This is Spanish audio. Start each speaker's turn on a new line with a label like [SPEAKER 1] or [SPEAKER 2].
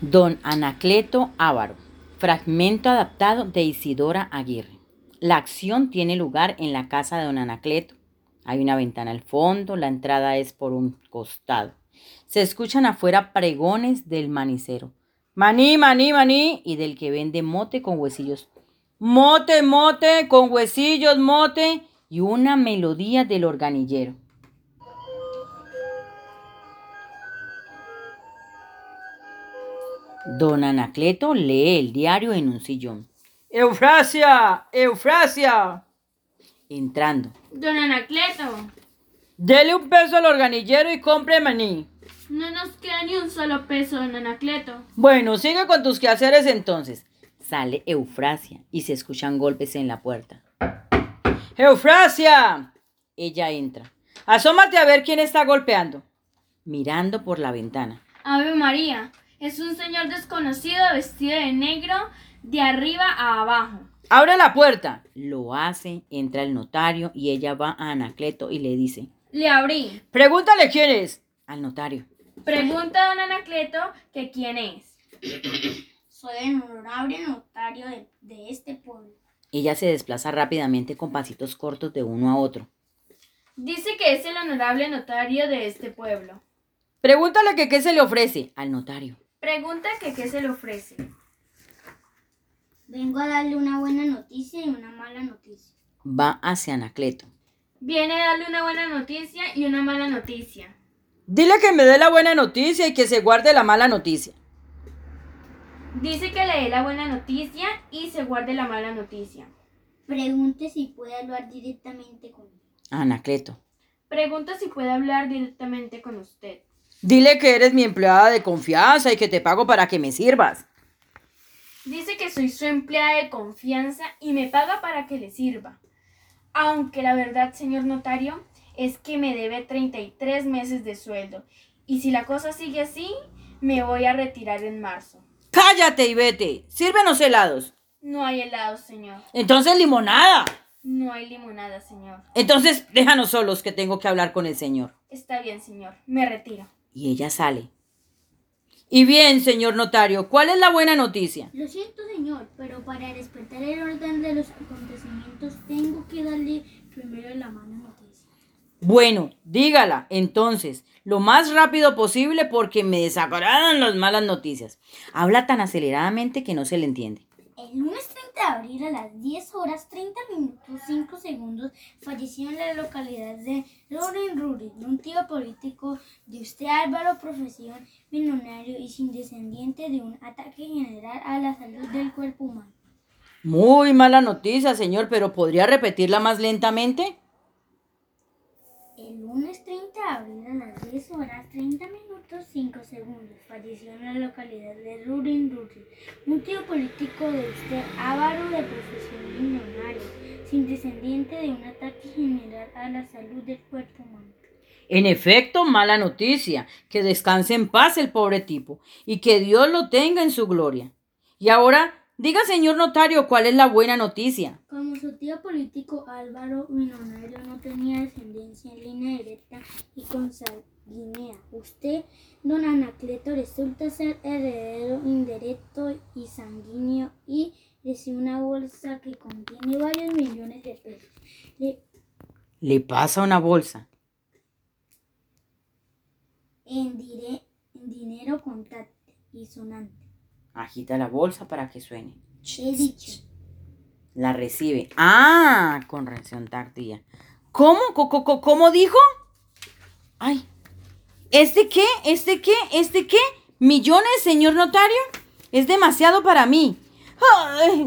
[SPEAKER 1] Don Anacleto Ávaro. Fragmento adaptado de Isidora Aguirre. La acción tiene lugar en la casa de don Anacleto. Hay una ventana al fondo, la entrada es por un costado. Se escuchan afuera pregones del manicero. Maní, maní, maní, y del que vende mote con huesillos. Mote, mote, con huesillos, mote, y una melodía del organillero. Don Anacleto lee el diario en un sillón.
[SPEAKER 2] Eufrasia, Eufrasia,
[SPEAKER 1] Entrando,
[SPEAKER 3] Don Anacleto,
[SPEAKER 2] dele un peso al organillero y compre maní.
[SPEAKER 3] no nos queda ni un solo peso, don Anacleto.
[SPEAKER 2] Bueno, sigue con tus quehaceres entonces.
[SPEAKER 1] sale Eufrasia y se escuchan golpes en la puerta.
[SPEAKER 2] Eufrasia,
[SPEAKER 1] Ella entra,
[SPEAKER 2] asómate a ver quién está golpeando.
[SPEAKER 1] mirando por la ventana.
[SPEAKER 3] Ave María, es un señor desconocido vestido de negro de arriba a abajo.
[SPEAKER 2] Abre la puerta.
[SPEAKER 1] Lo hace, entra el notario y ella va a Anacleto y le dice
[SPEAKER 3] Le abrí.
[SPEAKER 2] Pregúntale quién es.
[SPEAKER 1] al notario.
[SPEAKER 3] Pregunta a don Anacleto que quién es.
[SPEAKER 4] Soy el honorable notario de, de este pueblo.
[SPEAKER 1] Ella se desplaza rápidamente con pasitos cortos de uno a otro.
[SPEAKER 3] Dice que es el honorable notario de este pueblo.
[SPEAKER 2] Pregúntale que qué se le ofrece.
[SPEAKER 1] Dice al notario.
[SPEAKER 3] Pregunta que qué se le ofrece.
[SPEAKER 4] Vengo a darle una buena noticia y una mala noticia.
[SPEAKER 1] Va hacia Anacleto.
[SPEAKER 3] Viene a darle una buena noticia y una mala noticia.
[SPEAKER 2] Dile que me dé la buena noticia y que se guarde la mala noticia.
[SPEAKER 3] Dice que le dé la buena noticia y se guarde la mala noticia.
[SPEAKER 4] Pregunte si puede hablar directamente conmigo.
[SPEAKER 1] Anacleto.
[SPEAKER 3] Pregunta si puede hablar directamente con usted.
[SPEAKER 2] Dile que eres mi empleada de confianza y que te pago para que me sirvas.
[SPEAKER 3] Dice que soy su empleada de confianza y me paga para que le sirva. Aunque la verdad, señor notario, es que me debe 33 meses de sueldo. Y si la cosa sigue así, me voy a retirar en marzo.
[SPEAKER 2] Cállate y vete. Sírvenos helados.
[SPEAKER 3] No hay helado, señor.
[SPEAKER 2] Entonces limonada.
[SPEAKER 3] No hay limonada, señor.
[SPEAKER 2] Entonces déjanos solos que tengo que hablar con el señor.
[SPEAKER 3] Está bien, señor. Me retiro.
[SPEAKER 1] Y ella sale.
[SPEAKER 2] Y bien, señor notario, ¿cuál es la buena noticia?
[SPEAKER 4] Lo siento, señor, pero para respetar el orden de los acontecimientos tengo que darle primero la mala noticia.
[SPEAKER 2] Bueno, dígala, entonces, lo más rápido posible porque me desagradan las malas noticias.
[SPEAKER 1] Habla tan aceleradamente que no se le entiende.
[SPEAKER 4] El lunes 30 de abril a las 10 horas 30 minutos 5 segundos falleció en la localidad de Loren Rury, un tío político de usted Álvaro, profesión millonario y sin descendiente de un ataque general a la salud del cuerpo humano.
[SPEAKER 2] Muy mala noticia, señor, pero ¿podría repetirla más lentamente?
[SPEAKER 4] El lunes 30 de abril a las 10 horas 30 minutos 5 segundos falleció en la localidad de Rurin Rurin, un tío político de usted avaro de profesión millonario, sin descendiente de un ataque general a la salud del cuerpo humano.
[SPEAKER 2] En efecto, mala noticia, que descanse en paz el pobre tipo y que Dios lo tenga en su gloria. Y ahora, diga, señor notario, ¿cuál es la buena noticia?
[SPEAKER 4] Como su tío político Álvaro Millonario no tenía descendencia en línea directa y consanguínea, usted, don Anacleto, resulta ser heredero indirecto y sanguíneo y recibe una bolsa que contiene varios millones de pesos. Le-
[SPEAKER 2] Le pasa una bolsa.
[SPEAKER 4] en, dire- en dinero contante y sonante.
[SPEAKER 1] Agita la bolsa para que suene.
[SPEAKER 4] He dicho,
[SPEAKER 1] La recibe. Ah, con reacción tardía. ¿Cómo? Co- co- co- ¿Cómo dijo? Ay. ¿Este qué? ¿Este qué? ¿Este qué? ¿Millones, señor notario? Es demasiado para mí. Ay.